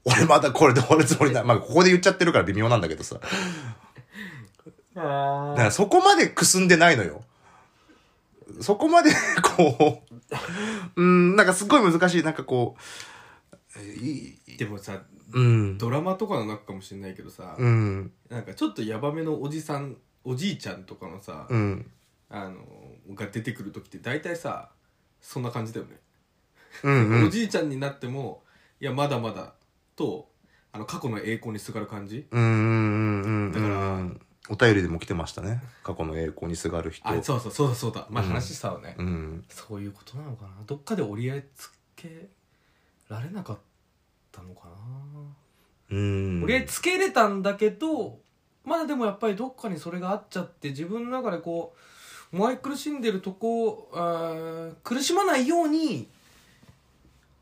[SPEAKER 1] 俺まだこれで終わるつもりないまあここで言っちゃってるから微妙なんだけどさだ
[SPEAKER 2] あ
[SPEAKER 1] からそこまでくすんでないのよそこまでこううんなんかすごい難しいなんかこうい
[SPEAKER 2] でもさ
[SPEAKER 1] うん
[SPEAKER 2] ドラマとかの中かもしれないけどさ、
[SPEAKER 1] うん
[SPEAKER 2] なんかちょっとヤバめのおじさんおじいちゃんとかのさ、
[SPEAKER 1] うん
[SPEAKER 2] あのが出てくる時って大体さそんな感じだよね、
[SPEAKER 1] うんう
[SPEAKER 2] お
[SPEAKER 1] ん
[SPEAKER 2] じいちゃんになってもいやまだまだとあの過去の栄光にすがる感じ、
[SPEAKER 1] うんうんうんうん
[SPEAKER 2] だから
[SPEAKER 1] お便りでも来てましたね過去の栄光にすがる人
[SPEAKER 2] あそうそうそうだそうだまあ
[SPEAKER 1] うん
[SPEAKER 2] 話したわね、
[SPEAKER 1] うん
[SPEAKER 2] そういうことなのかなどっかで折り合いつけられなかったのかな、
[SPEAKER 1] うん
[SPEAKER 2] 折り合いつけれたんだけどまだでもやっぱりどっかにそれがあっちゃって自分の中でこうもがい苦しんでるとこをあー苦しまないように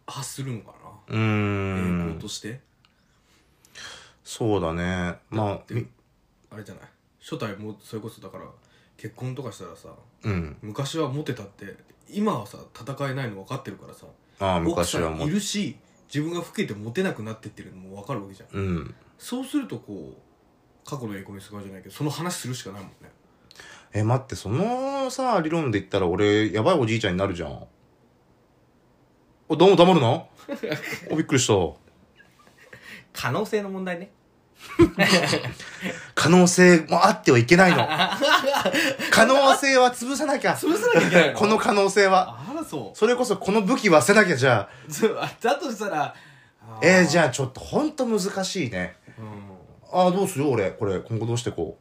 [SPEAKER 2] 発するのか
[SPEAKER 1] う
[SPEAKER 2] な栄光
[SPEAKER 1] ん
[SPEAKER 2] として
[SPEAKER 1] そうだねまあ
[SPEAKER 2] で
[SPEAKER 1] み
[SPEAKER 2] あれじゃない初代もそれこそだから結婚とかしたらさ
[SPEAKER 1] うん
[SPEAKER 2] 昔はモテたって今はさ戦えないの分かってるからさ
[SPEAKER 1] ああ
[SPEAKER 2] 奥
[SPEAKER 1] 昔
[SPEAKER 2] さ
[SPEAKER 1] は
[SPEAKER 2] ん
[SPEAKER 1] も
[SPEAKER 2] いうるし自分が老けてモテなくなってってるのも分かるわけじゃん
[SPEAKER 1] うん
[SPEAKER 2] そうするとこう過去の栄光にすがるじゃないけどその話するしかないもんね
[SPEAKER 1] え待ってそのさ理論で言ったら俺やばいおじいちゃんになるじゃんおどうも黙るのおびっくりした
[SPEAKER 2] 可能性の問題ね
[SPEAKER 1] 可能性もあってはいけないの可能性は潰さなきゃ
[SPEAKER 2] 潰さなきゃいけないの
[SPEAKER 1] この可能性は
[SPEAKER 2] あらそう
[SPEAKER 1] それこそこの武器忘れなきゃじゃあ
[SPEAKER 2] そうあだとしたらあー
[SPEAKER 1] えー、じゃあちょっとほんと難しいねああどうする俺これ今後どうしてこ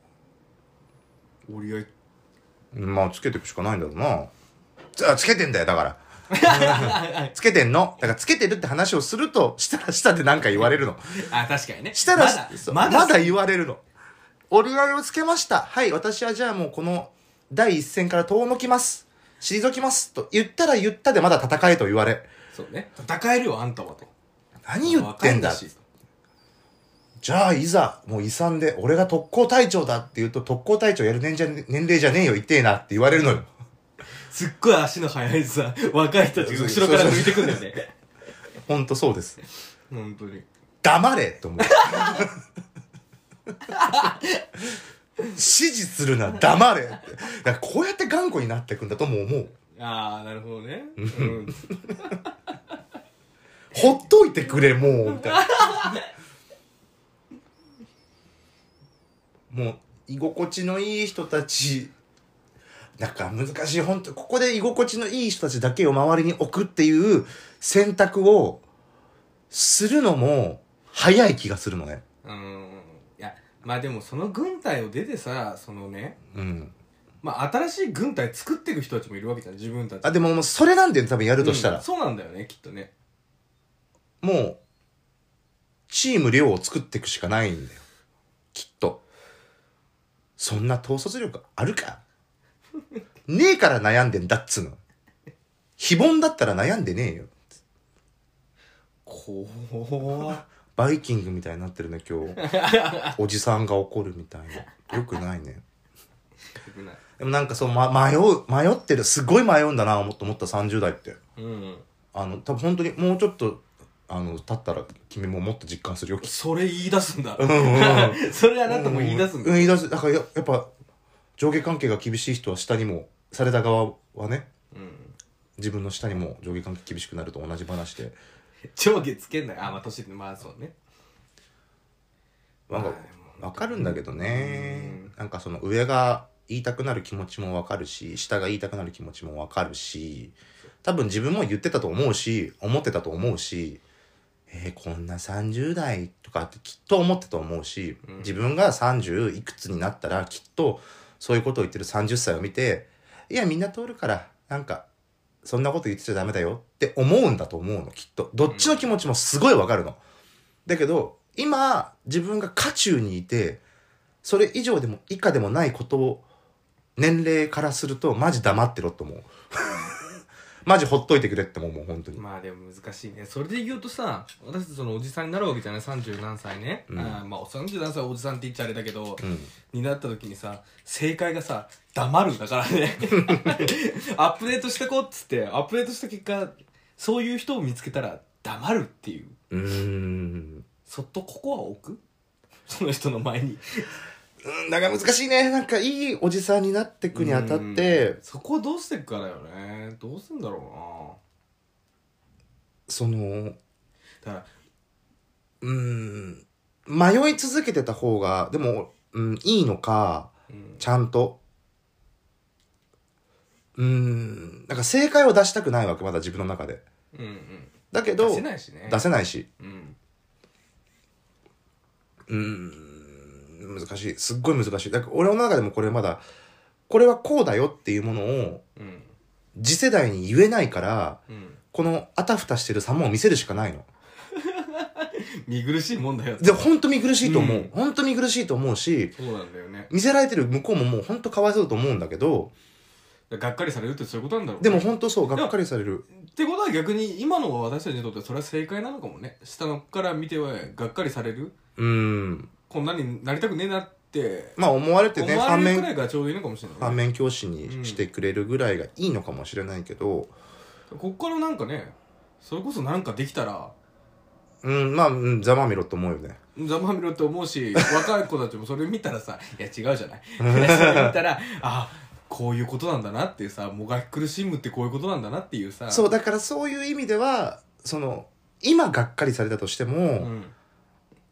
[SPEAKER 2] うん折り合いう
[SPEAKER 1] うんまあつけていくしかないんだろうなつあつけてんだよだからつけてんのだからつけてるって話をするとしたらしたってなんか言われるの
[SPEAKER 2] (laughs) あ確かにね
[SPEAKER 1] したら
[SPEAKER 2] まだ
[SPEAKER 1] そう
[SPEAKER 2] ま
[SPEAKER 1] ま
[SPEAKER 2] だ
[SPEAKER 1] だ言われるの折り合いをつけましたはい私はじゃあもうこの第一線から遠のきます退きますと言ったら言ったでまだ戦えと言われ
[SPEAKER 2] そうね戦えるよあんたはと
[SPEAKER 1] 何言ってんだ
[SPEAKER 2] 若いし
[SPEAKER 1] じゃあいざもう遺産で俺が特攻隊長だって言うと特攻隊長やる年じゃ年齢じゃねえよ痛えなって言われるのよ
[SPEAKER 2] すっごい足の速いさ若い人たちが後ろから抜いてくんだよね
[SPEAKER 1] ほんとそうです
[SPEAKER 2] 本当に
[SPEAKER 1] 黙れと思う (laughs) 指示するな黙れってだからこうやって頑固になっていくんだともう思う
[SPEAKER 2] ああなるほどねうん
[SPEAKER 1] ほっといてくれもうみたいな (laughs) もう居心地のいい人たちなんか難しい本当ここで居心地のいい人たちだけを周りに置くっていう選択をするのも早い気がするのね
[SPEAKER 2] うんいやまあでもその軍隊を出てさそのね
[SPEAKER 1] うん
[SPEAKER 2] まあ新しい軍隊作っていく人たちもいるわけじゃん自分たち
[SPEAKER 1] あでももうそれなんだよね多分やるとした
[SPEAKER 2] うん
[SPEAKER 1] ら、
[SPEAKER 2] そうなんだよねきっとね
[SPEAKER 1] もうチーム量を作っていくしかないんだよきっとそんな統率力あるかねえから悩んでんだっつうの非凡だったら悩んでねえよ
[SPEAKER 2] こわ
[SPEAKER 1] バイキングみたいになってるね今日おじさんが怒るみたいなよくないね
[SPEAKER 2] 良くない
[SPEAKER 1] でもなんかそう、ま、迷う迷ってるすごい迷うんだなと思った30代って
[SPEAKER 2] うん
[SPEAKER 1] あの多分本当にもうちょっとあの経ったら君ももっと実感するよきっと
[SPEAKER 2] それ言い出すんだ
[SPEAKER 1] うんうんう
[SPEAKER 2] (laughs) それあなたも言い出すん
[SPEAKER 1] う
[SPEAKER 2] だ
[SPEAKER 1] ん言い出すだからややっぱ上下関係が厳しい人は下にもされた側はね
[SPEAKER 2] うん
[SPEAKER 1] 自分の下にも上下関係厳しくなると同じ話で
[SPEAKER 2] 上下つけんないあまあ年ってまあそうね
[SPEAKER 1] なんか
[SPEAKER 2] まあでも
[SPEAKER 1] 分かるんだけどね
[SPEAKER 2] うん
[SPEAKER 1] なんかその上が言いたくなる気持ちも分かるし下が言いたくなる気持ちも分かるし多分自分も言ってたと思うし思ってたと思うしえーこんな30代とかってきっと思ったと思うし、
[SPEAKER 2] うん
[SPEAKER 1] 自分が30いくつになったらきっとそういうことを言ってる30歳を見ていやみんな通るからなんかそんなこと言ってちゃダメだよって思うんだと思うのきっとどっちの気持ちもすごいわかるの。だけど今自分が渦中にいてそれ以上でも以下でもないことを年齢からするとマジ黙ってろと思
[SPEAKER 2] (laughs)
[SPEAKER 1] うマジほっといてくれって思うもう本当に、
[SPEAKER 2] まあでも難しいねそれで言うとさ私たちそのおじさんになるわけじゃない30何歳ね、
[SPEAKER 1] うん
[SPEAKER 2] あーまあ30何歳はおじさんって言っちゃあれだけど、
[SPEAKER 1] うん、
[SPEAKER 2] になった時にさ正解がさ黙るだから
[SPEAKER 1] (laughs)
[SPEAKER 2] ねアップデートしてこうっつってアップデートした結果そういう人を見つけたら黙るっていう
[SPEAKER 1] うーん
[SPEAKER 2] そっとここは置くその人の前に
[SPEAKER 1] うんなんか難しいねなんかいいおじさんになってくにあたって
[SPEAKER 2] うんそこをどうしていくかだよねどうすんだろ
[SPEAKER 1] その
[SPEAKER 2] うなだか、
[SPEAKER 1] うーん迷い続けてた方がでも、うん、いいのから
[SPEAKER 2] うん
[SPEAKER 1] ちゃんとうーんなんか正解を出したくないわけまだ自分の中で
[SPEAKER 2] うんうん
[SPEAKER 1] だけど
[SPEAKER 2] 出せないしね
[SPEAKER 1] 出せないし
[SPEAKER 2] うん
[SPEAKER 1] うーん難しいすっごい難しいだから俺の中でもこれまだこれはこうだよっていうものを
[SPEAKER 2] うん
[SPEAKER 1] 次世代に言えないから
[SPEAKER 2] うん
[SPEAKER 1] このあたふたしてる様を見せるしかないの
[SPEAKER 2] 見苦しいもんだよ
[SPEAKER 1] で本当見苦しいと思う、
[SPEAKER 2] うん
[SPEAKER 1] 本当見苦しいと思うし
[SPEAKER 2] そうなんだよね
[SPEAKER 1] 見せられてる向こうももう本当かわいそうだと思うんだけど
[SPEAKER 2] がっかりされるってそういうことなんだろうね
[SPEAKER 1] でも本当そうがっかりされる
[SPEAKER 2] ってことは逆に今の私たちにとってはそれは正解なのかもね下の子から見てはがっかりされる
[SPEAKER 1] うーん
[SPEAKER 2] こんなになりたくねえなって
[SPEAKER 1] まあ思われて
[SPEAKER 2] 思
[SPEAKER 1] ね
[SPEAKER 2] わ
[SPEAKER 1] 反
[SPEAKER 2] れるく
[SPEAKER 1] 面
[SPEAKER 2] らいがちょうどいいのかもしれない
[SPEAKER 1] 反
[SPEAKER 2] ね、
[SPEAKER 1] 面教師にしてくれるぐらいがいいのかもしれないけど、
[SPEAKER 2] こっからなんかねそれこそなんかできたら
[SPEAKER 1] うん、まあ、うんざまみろと思うよね。
[SPEAKER 2] ざまみろって思うし (laughs) 若い子たちもそれ見たらさいや違うじゃない
[SPEAKER 1] (laughs)
[SPEAKER 2] それ見たらあこういうことなんだなっていうさもがき苦しむってこういうことなんだなっていうさ
[SPEAKER 1] そう、だからそういう意味では、その、今がっかりされたとしても、
[SPEAKER 2] うん、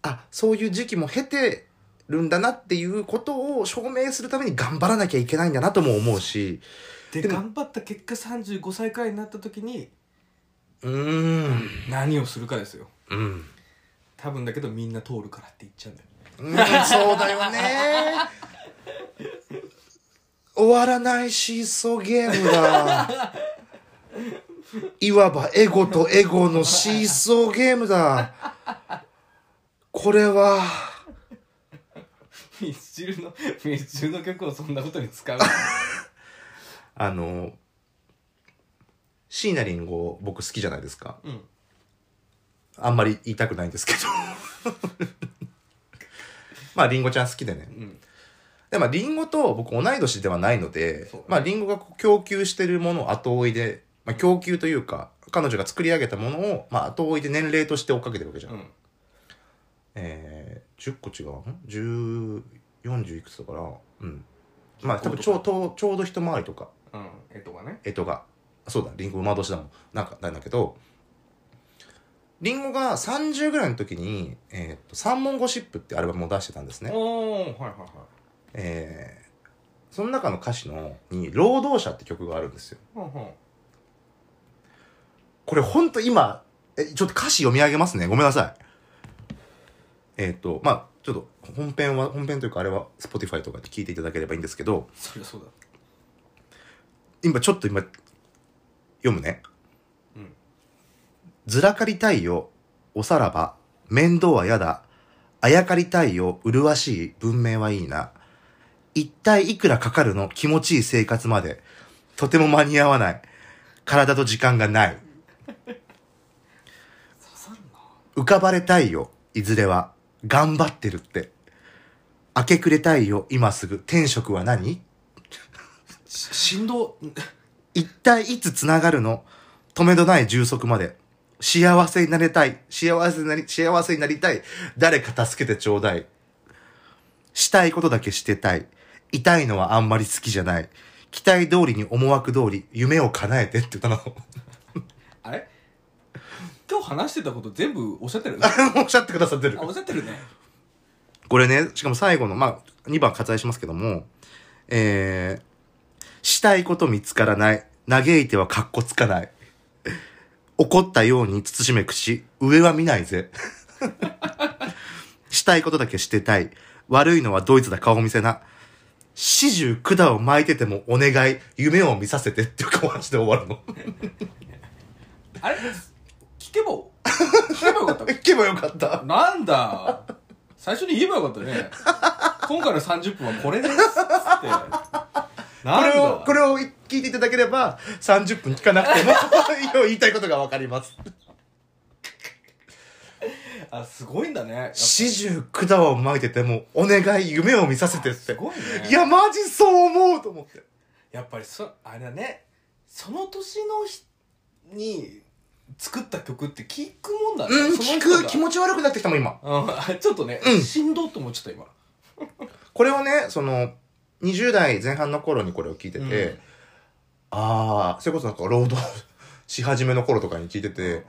[SPEAKER 1] あ、そういう時期も経てるんだなっていうことを証明するために頑張らなきゃいけないんだなとも思うし、
[SPEAKER 2] で
[SPEAKER 1] でも
[SPEAKER 2] 頑張った結果35歳くらいになった時に
[SPEAKER 1] うーん、
[SPEAKER 2] 何をするかですよ
[SPEAKER 1] うん。
[SPEAKER 2] 多分だけどみんな通るからって言っちゃうんだよね
[SPEAKER 1] うん、そうだよね。終わらないシーソーゲームだ。いわばエゴとエゴのシーソーゲームだこれは
[SPEAKER 2] ミスチルのミスチルの曲をそんなことに使う
[SPEAKER 1] あの椎名林檎僕好きじゃないですか
[SPEAKER 2] うん
[SPEAKER 1] あんまり言いたくないんですけどまありんごちゃん好きでね
[SPEAKER 2] うん
[SPEAKER 1] でまありんごと僕同い年ではないので
[SPEAKER 2] そう
[SPEAKER 1] まありんごがこう供給してるものを後追いで、まあ、供給というか彼女が作り上げたものを、まあ、後追いで年齢として追っかけてるわけじゃん、
[SPEAKER 2] うん
[SPEAKER 1] えー、10個違うん1040いくつだからうんまあ多分ちょうちょうちょうど一回りとか
[SPEAKER 2] うんえとかね
[SPEAKER 1] えとがそうだりんご馬年だもんなんかなんだけどりんごが30ぐらいの時に「えー、と三文ゴシップ」ってアルバムを出してたんですね、
[SPEAKER 2] おおはいはいは
[SPEAKER 1] えー、その中の歌詞のに「労働者」って曲があるんですよ
[SPEAKER 2] いほんほん
[SPEAKER 1] これほんと今えちょっと歌詞読み上げますねごめんなさいえっ、とまあちょっと本編は本編というかあれは Spotify とかで聞いていただければいいんですけど
[SPEAKER 2] そりゃそうだ
[SPEAKER 1] 今ちょっと今読むね、
[SPEAKER 2] うん
[SPEAKER 1] ずらかりたいよおさらば面倒はやだあやかりたいよ麗しい文明はいいな一体いくらかかるの気持ちいい生活までとても間に合わない体と時間がない
[SPEAKER 2] 刺さるな
[SPEAKER 1] 浮かばれたいよいずれは頑張ってるって明け暮れたいよ今すぐ天職は何
[SPEAKER 2] ししんど (laughs)
[SPEAKER 1] 一体いつつながるの止めどない充足まで。幸せになりたい。幸せになり、幸せになりたい。誰か助けてちょうだい。したいことだけしてたい。痛いのはあんまり好きじゃない。期待通りに思惑通り、夢を叶えてって歌なの。 (laughs)
[SPEAKER 2] あれ今日話してたこと全部おっしゃってる (laughs) あ
[SPEAKER 1] おっしゃってくださってる。
[SPEAKER 2] おっしゃってるね
[SPEAKER 1] これね、しかも最後の、まあ、2番割愛しますけども、えー、したいこと見つからない。嘆いてはかっこつかない。怒ったように慎め口。上は見ないぜ。 (laughs) したいことだけしてたい。悪いのはドイツだ顔見せな。四十九段を巻いててもお願い。夢を見させてっていう話で終わるの。 (laughs)
[SPEAKER 2] あれ聞けば聞けばよかった
[SPEAKER 1] 行けばよかった。
[SPEAKER 2] なんだ最初に言えばよかったね今回の30分はこれですっつって
[SPEAKER 1] こ
[SPEAKER 2] なん
[SPEAKER 1] れを
[SPEAKER 2] だ、
[SPEAKER 1] これを聞いていただければ、30分聞かなくても、 (laughs) 言いたいことがわかります。
[SPEAKER 2] あすごいんだねやっぱ
[SPEAKER 1] 四十九段を巻いてても、お願い、夢を見させてっ
[SPEAKER 2] す
[SPEAKER 1] て。
[SPEAKER 2] ごいね
[SPEAKER 1] いや、マジそう思うと思って。
[SPEAKER 2] やっぱりそあれだねその年のひに作った曲って聞くもんだね、
[SPEAKER 1] うん、
[SPEAKER 2] その
[SPEAKER 1] 聞
[SPEAKER 2] 人が
[SPEAKER 1] く、気持ち悪くなってきたもん、今。
[SPEAKER 2] うんあちょっとね、
[SPEAKER 1] うん
[SPEAKER 2] しんどっと思っちゃった今
[SPEAKER 1] これをね、その、20代前半の頃にこれを聞いてて、
[SPEAKER 2] うん
[SPEAKER 1] ああ、それこそなんか、労働し始めの頃とかに聞いてて、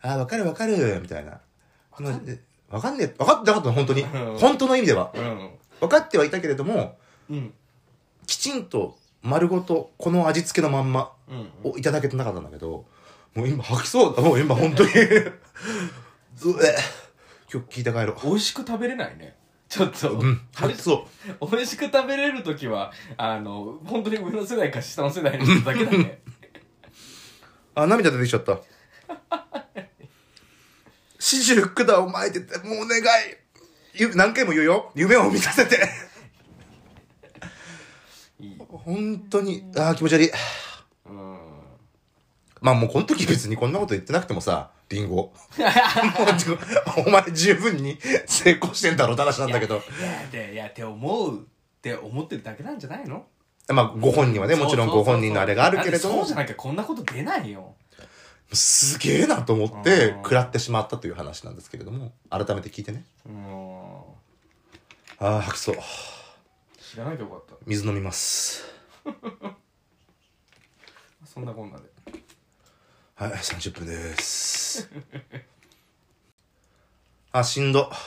[SPEAKER 1] ああ、わかるわかる、みたいな。このえわかんねえ、わかってなかったの、本当に。
[SPEAKER 2] うん
[SPEAKER 1] 本当の意味では。
[SPEAKER 2] うん
[SPEAKER 1] 分かってはいたけれども、
[SPEAKER 2] うん
[SPEAKER 1] きちんと丸ごと、この味付けのまんま、
[SPEAKER 2] うん
[SPEAKER 1] をいただけてなかったんだけどもう今吐きそうだもう今本当にうえ今日聞いて帰ろ
[SPEAKER 2] 美味しく食べれないねちょっと、
[SPEAKER 1] ううん吐きそう
[SPEAKER 2] 美味しく食べれる時はあの本当に上の世代か下の世代の人だけだね
[SPEAKER 1] あ涙出てきちゃった四十九段を巻いててもうお願いゆ何回も言うよ夢を見させて
[SPEAKER 2] いい
[SPEAKER 1] 本当にあー気持ち悪い
[SPEAKER 2] うん
[SPEAKER 1] まあもうこの時別にこんなこと言ってなくてもさリ
[SPEAKER 2] (laughs)
[SPEAKER 1] ンゴもうちょお前十分に成功してんだろうって話なんだけど
[SPEAKER 2] いやでいやって思うって思ってるだけなんじゃないの
[SPEAKER 1] まあご本人はねもちろんご本人のあれがあるけれど
[SPEAKER 2] そう
[SPEAKER 1] も
[SPEAKER 2] そうそうそうだってそうじゃなきゃこんなこと出ないよ
[SPEAKER 1] すげえなと思って
[SPEAKER 2] うん
[SPEAKER 1] 食らってしまったという話なんですけれども改めて聞いてね
[SPEAKER 2] うん
[SPEAKER 1] ああ吐きそう
[SPEAKER 2] 知らなきゃよかった
[SPEAKER 1] 水飲みます
[SPEAKER 2] そんなこんなで
[SPEAKER 1] はい30分です (laughs) あしんど (sighs) は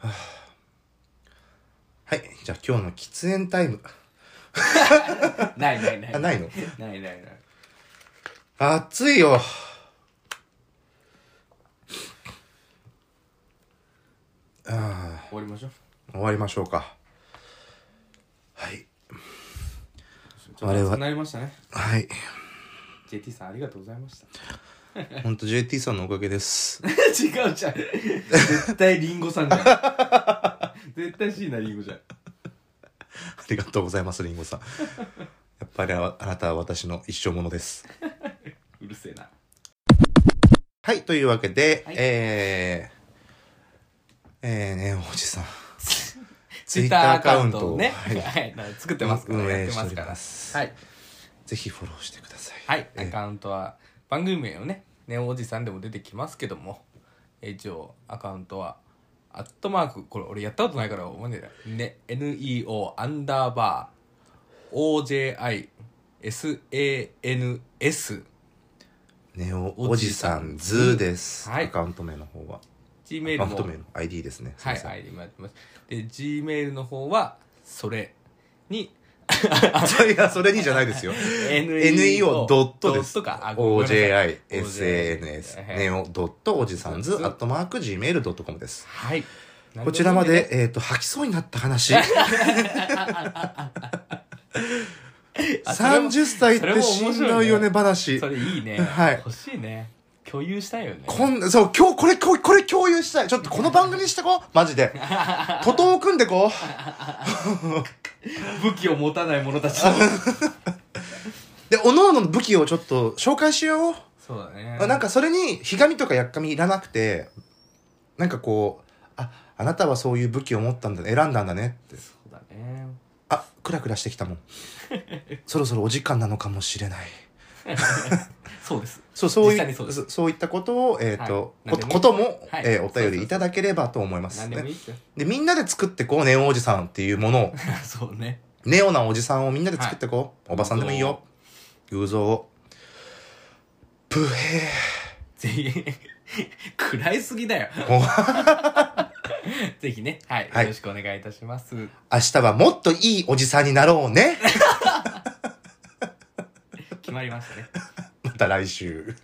[SPEAKER 1] あはいじゃあ今日の喫煙タイム
[SPEAKER 2] ないないない
[SPEAKER 1] あないの
[SPEAKER 2] ないないない
[SPEAKER 1] 暑いよああ
[SPEAKER 2] 終わりましょう
[SPEAKER 1] 終わりましょうかはい
[SPEAKER 2] ちょっと熱くなりましたね
[SPEAKER 1] はい
[SPEAKER 2] JT さんありがとうございました
[SPEAKER 1] ほんと JT さんのおかげです (laughs)
[SPEAKER 2] 違うじゃん絶対リンゴさんじゃん絶対椎名リンゴじゃん
[SPEAKER 1] ありがとうございます、りんごさん。やっぱりああなたは私の一生ものです。
[SPEAKER 2] うるせえな
[SPEAKER 1] はい、というわけで、
[SPEAKER 2] はい
[SPEAKER 1] えー、えーね、おじさ
[SPEAKER 2] (laughs)
[SPEAKER 1] ん。
[SPEAKER 2] Twitter アカウントをね、
[SPEAKER 1] はい
[SPEAKER 2] はい、作ってますから、
[SPEAKER 1] 運
[SPEAKER 2] やっ
[SPEAKER 1] 営
[SPEAKER 2] て
[SPEAKER 1] して
[SPEAKER 2] ま
[SPEAKER 1] お
[SPEAKER 2] す
[SPEAKER 1] り
[SPEAKER 2] から
[SPEAKER 1] ます。
[SPEAKER 2] はい、
[SPEAKER 1] ぜひフォローしてください。
[SPEAKER 2] はい、
[SPEAKER 1] え
[SPEAKER 2] アカウントは番組名をね「ネオおじさん」でも出てきますけどもえー一応アカウントは「アットマーク」これ俺やったことないから覚えてない、ね、NEO アンダーバー OJISANS
[SPEAKER 1] ネオおじさんズーです。
[SPEAKER 2] はい
[SPEAKER 1] アカウント名の方は。
[SPEAKER 2] G メ
[SPEAKER 1] ア
[SPEAKER 2] ー
[SPEAKER 1] カ
[SPEAKER 2] ル
[SPEAKER 1] ウント
[SPEAKER 2] も
[SPEAKER 1] 名の ID ですね。す
[SPEAKER 2] は
[SPEAKER 1] ま
[SPEAKER 2] いい
[SPEAKER 1] せん
[SPEAKER 2] はい今やってますで G メールの方はそれに
[SPEAKER 1] あいや、それにじゃないですよ。NEO. ドットです。
[SPEAKER 2] ドットかあごめんなさい
[SPEAKER 1] OJISANS。
[SPEAKER 2] はい
[SPEAKER 1] ネオドットおじさんズ
[SPEAKER 2] そう
[SPEAKER 1] アットマーク Gmail.com です。
[SPEAKER 2] はい
[SPEAKER 1] こちらまで、えっ、と、吐きそうになった話。
[SPEAKER 2] あそれも
[SPEAKER 1] 30歳っ
[SPEAKER 2] それも
[SPEAKER 1] て
[SPEAKER 2] 面白
[SPEAKER 1] し
[SPEAKER 2] いね
[SPEAKER 1] んどいよね話。
[SPEAKER 2] それいいね、
[SPEAKER 1] はい
[SPEAKER 2] 欲しいね共有したいよね
[SPEAKER 1] こんそう、今日これ、ここれ共有したい。ちょっとこの番組にしてこう。マジ
[SPEAKER 2] (laughs)
[SPEAKER 1] で。徒党を組んでこう。
[SPEAKER 2] 武器を持たない
[SPEAKER 1] (laughs)
[SPEAKER 2] 者たち
[SPEAKER 1] で、各々の武器をちょっと紹介しよう。
[SPEAKER 2] そうだね
[SPEAKER 1] あなんかそれにひがみとかやっかみいらなくてなんかこう「ああなたはそういう武器を持ったんだ選んだんだね」って
[SPEAKER 2] そうだね
[SPEAKER 1] 「あクラクラしてき
[SPEAKER 2] (laughs)
[SPEAKER 1] たもんそろそろお時間なのかもしれない」
[SPEAKER 2] そうです
[SPEAKER 1] そうそうい
[SPEAKER 2] 実際にそうで
[SPEAKER 1] う
[SPEAKER 2] す
[SPEAKER 1] そそういったことを、えーと
[SPEAKER 2] はい
[SPEAKER 1] こ
[SPEAKER 2] 何でもいい
[SPEAKER 1] ことも、
[SPEAKER 2] はい
[SPEAKER 1] えーお便りいただければと思います
[SPEAKER 2] 何で
[SPEAKER 1] ね
[SPEAKER 2] もいいっすよ
[SPEAKER 1] でみんなで作ってこうネオおじさんっていうものを
[SPEAKER 2] (laughs) そうね
[SPEAKER 1] ネオなおじさんをみんなで作ってこう、おばさんでもいいよ偶像をブヘー
[SPEAKER 2] ぜひ (laughs) 暗いすぎだよ (laughs) ぜひね、はい、
[SPEAKER 1] はい
[SPEAKER 2] よろしくお願いいたします
[SPEAKER 1] 明日はもっといいおじさんになろうね (laughs)
[SPEAKER 2] 決まりましたね
[SPEAKER 1] また来週。